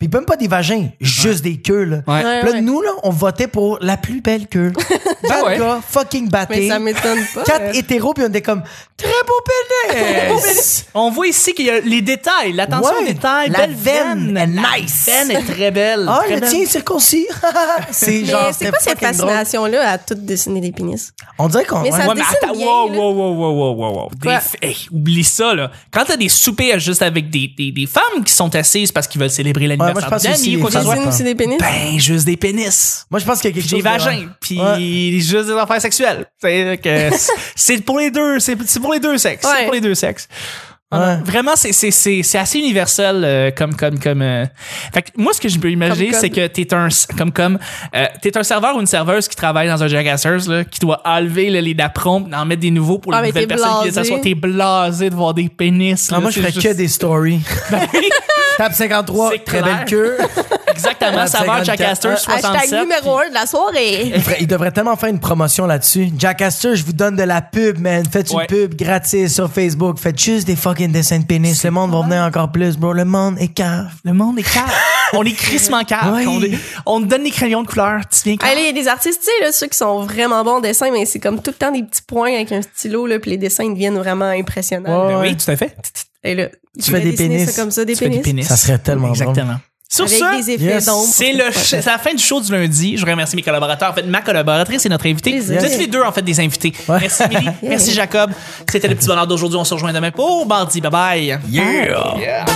Speaker 2: Puis même pas des vagins, juste des queues, là.
Speaker 1: Ouais.
Speaker 3: Ouais,
Speaker 2: Puis là,
Speaker 3: ouais.
Speaker 2: nous, là, on votait pour la plus belle queue. Quatre
Speaker 1: ouais.
Speaker 2: gars, fucking
Speaker 3: Mais
Speaker 2: battés.
Speaker 3: ça m'étonne pas.
Speaker 2: Quatre hétéros, puis on était comme, très beau pénis!
Speaker 1: On voit ici qu'il y a les détails, l'attention
Speaker 2: Ouais.
Speaker 1: aux détails,
Speaker 2: La
Speaker 1: belle
Speaker 2: veine
Speaker 1: La
Speaker 2: est nice.
Speaker 1: veine est très belle.
Speaker 2: Ah,
Speaker 1: très
Speaker 2: le
Speaker 1: belle.
Speaker 2: tien est circoncis! c'est
Speaker 3: Mais
Speaker 2: genre,
Speaker 3: c'est quoi cette
Speaker 2: fucking drôle.
Speaker 3: fascination-là à tout dessiner des pénis?
Speaker 2: On dirait qu'on.
Speaker 3: Mais ça-
Speaker 2: ouais.
Speaker 1: Ouais, mais
Speaker 3: dessine
Speaker 1: attends,
Speaker 3: bien,
Speaker 1: wow,
Speaker 3: là.
Speaker 1: wow, wow, wow, wow, wow, wow. Des
Speaker 3: Quoi?
Speaker 1: f- hey, oublie ça, là. Quand t'as des soupers juste avec des, des, des femmes qui sont assises parce qu'ils veulent célébrer
Speaker 2: Ouais, moi, je
Speaker 1: l'anniversaire
Speaker 2: pense
Speaker 1: d'un
Speaker 2: aussi
Speaker 1: ami ou quoi que
Speaker 2: les
Speaker 1: ce soit,
Speaker 3: Dessine
Speaker 2: attends.
Speaker 3: aussi des pénis?
Speaker 1: ben, juste des pénis.
Speaker 2: Moi, je pense qu'il y a quelque
Speaker 1: Puis
Speaker 2: chose.
Speaker 1: des
Speaker 2: de-
Speaker 1: vagins, puis
Speaker 2: Ouais.
Speaker 1: juste des affaires sexuelles. C'est que c'est- c'est pour les deux, c'est c'est pour les deux sexes, c'est
Speaker 3: Ouais.
Speaker 1: pour les deux sexes.
Speaker 2: Ouais.
Speaker 1: Vraiment, c'est c'est c'est c'est assez universel euh, comme comme comme. euh. Fait que moi, ce que je peux imaginer,
Speaker 3: Comme, comme.
Speaker 1: c'est que t'es un comme comme euh, t'es un serveur ou une serveuse qui travaille dans un Jackassers là, qui doit enlever là, les napperons, en mettre des nouveaux pour les
Speaker 3: Ah, mais
Speaker 1: nouvelles
Speaker 3: t'es
Speaker 1: personnes qui viennent
Speaker 3: blasé.
Speaker 1: s'asseoir. T'es blasé de voir des pénis.
Speaker 2: Ah,
Speaker 1: là,
Speaker 2: moi, je
Speaker 1: c'est
Speaker 2: ferais
Speaker 1: juste-
Speaker 2: que des stories. Tape 53,
Speaker 1: C'est
Speaker 2: très
Speaker 1: clair.
Speaker 2: belle queue.
Speaker 1: Exactement,
Speaker 2: Ah,
Speaker 1: serveur
Speaker 2: 54.
Speaker 1: Jackassers
Speaker 3: Hashtag
Speaker 1: 67.
Speaker 3: numéro 1 de la soirée.
Speaker 2: Il, ferait- il devrait tellement faire une promotion là-dessus. Jack Astor, je vous donne de la pub, man. Faites une
Speaker 1: Ouais.
Speaker 2: pub gratis sur Facebook. Faites juste des fucking dessins de pénis. Le monde va venir encore plus, bro. Le monde est cave.
Speaker 1: Le monde est cave. On est crissement cave.
Speaker 2: Ouais.
Speaker 1: On, est- on te donne les crayons de couleur. Tu viens
Speaker 2: Ah.
Speaker 1: cave.
Speaker 3: Allez, il y a des artistes, tu sais, là, ceux qui sont vraiment bons en dessin, mais c'est comme tout le temps des petits points avec un stylo, là, puis les dessins ils deviennent vraiment impressionnants.
Speaker 1: Ben
Speaker 2: Ouais.
Speaker 1: oui, tout à fait.
Speaker 3: Et là, tu
Speaker 2: fais des pénis.
Speaker 3: comme ça, des
Speaker 1: Tu fais
Speaker 3: pénis.
Speaker 2: Ça serait tellement drôle.
Speaker 1: Exactement. Sur
Speaker 3: Avec
Speaker 1: ce,
Speaker 3: des effets
Speaker 2: yes.
Speaker 3: d'ombre.
Speaker 1: c'est le ch- c'est la fin du show du lundi. Je remercie mes collaborateurs. En fait, ma collaboratrice et notre invité. Vous
Speaker 3: Plaisir.
Speaker 1: êtes tous les deux, en fait, des invités.
Speaker 2: Ouais.
Speaker 1: Merci, Milly. Merci, Jacob. C'était le petit bonheur d'aujourd'hui. On se rejoint demain pour mardi. Bye bye.
Speaker 4: Yeah.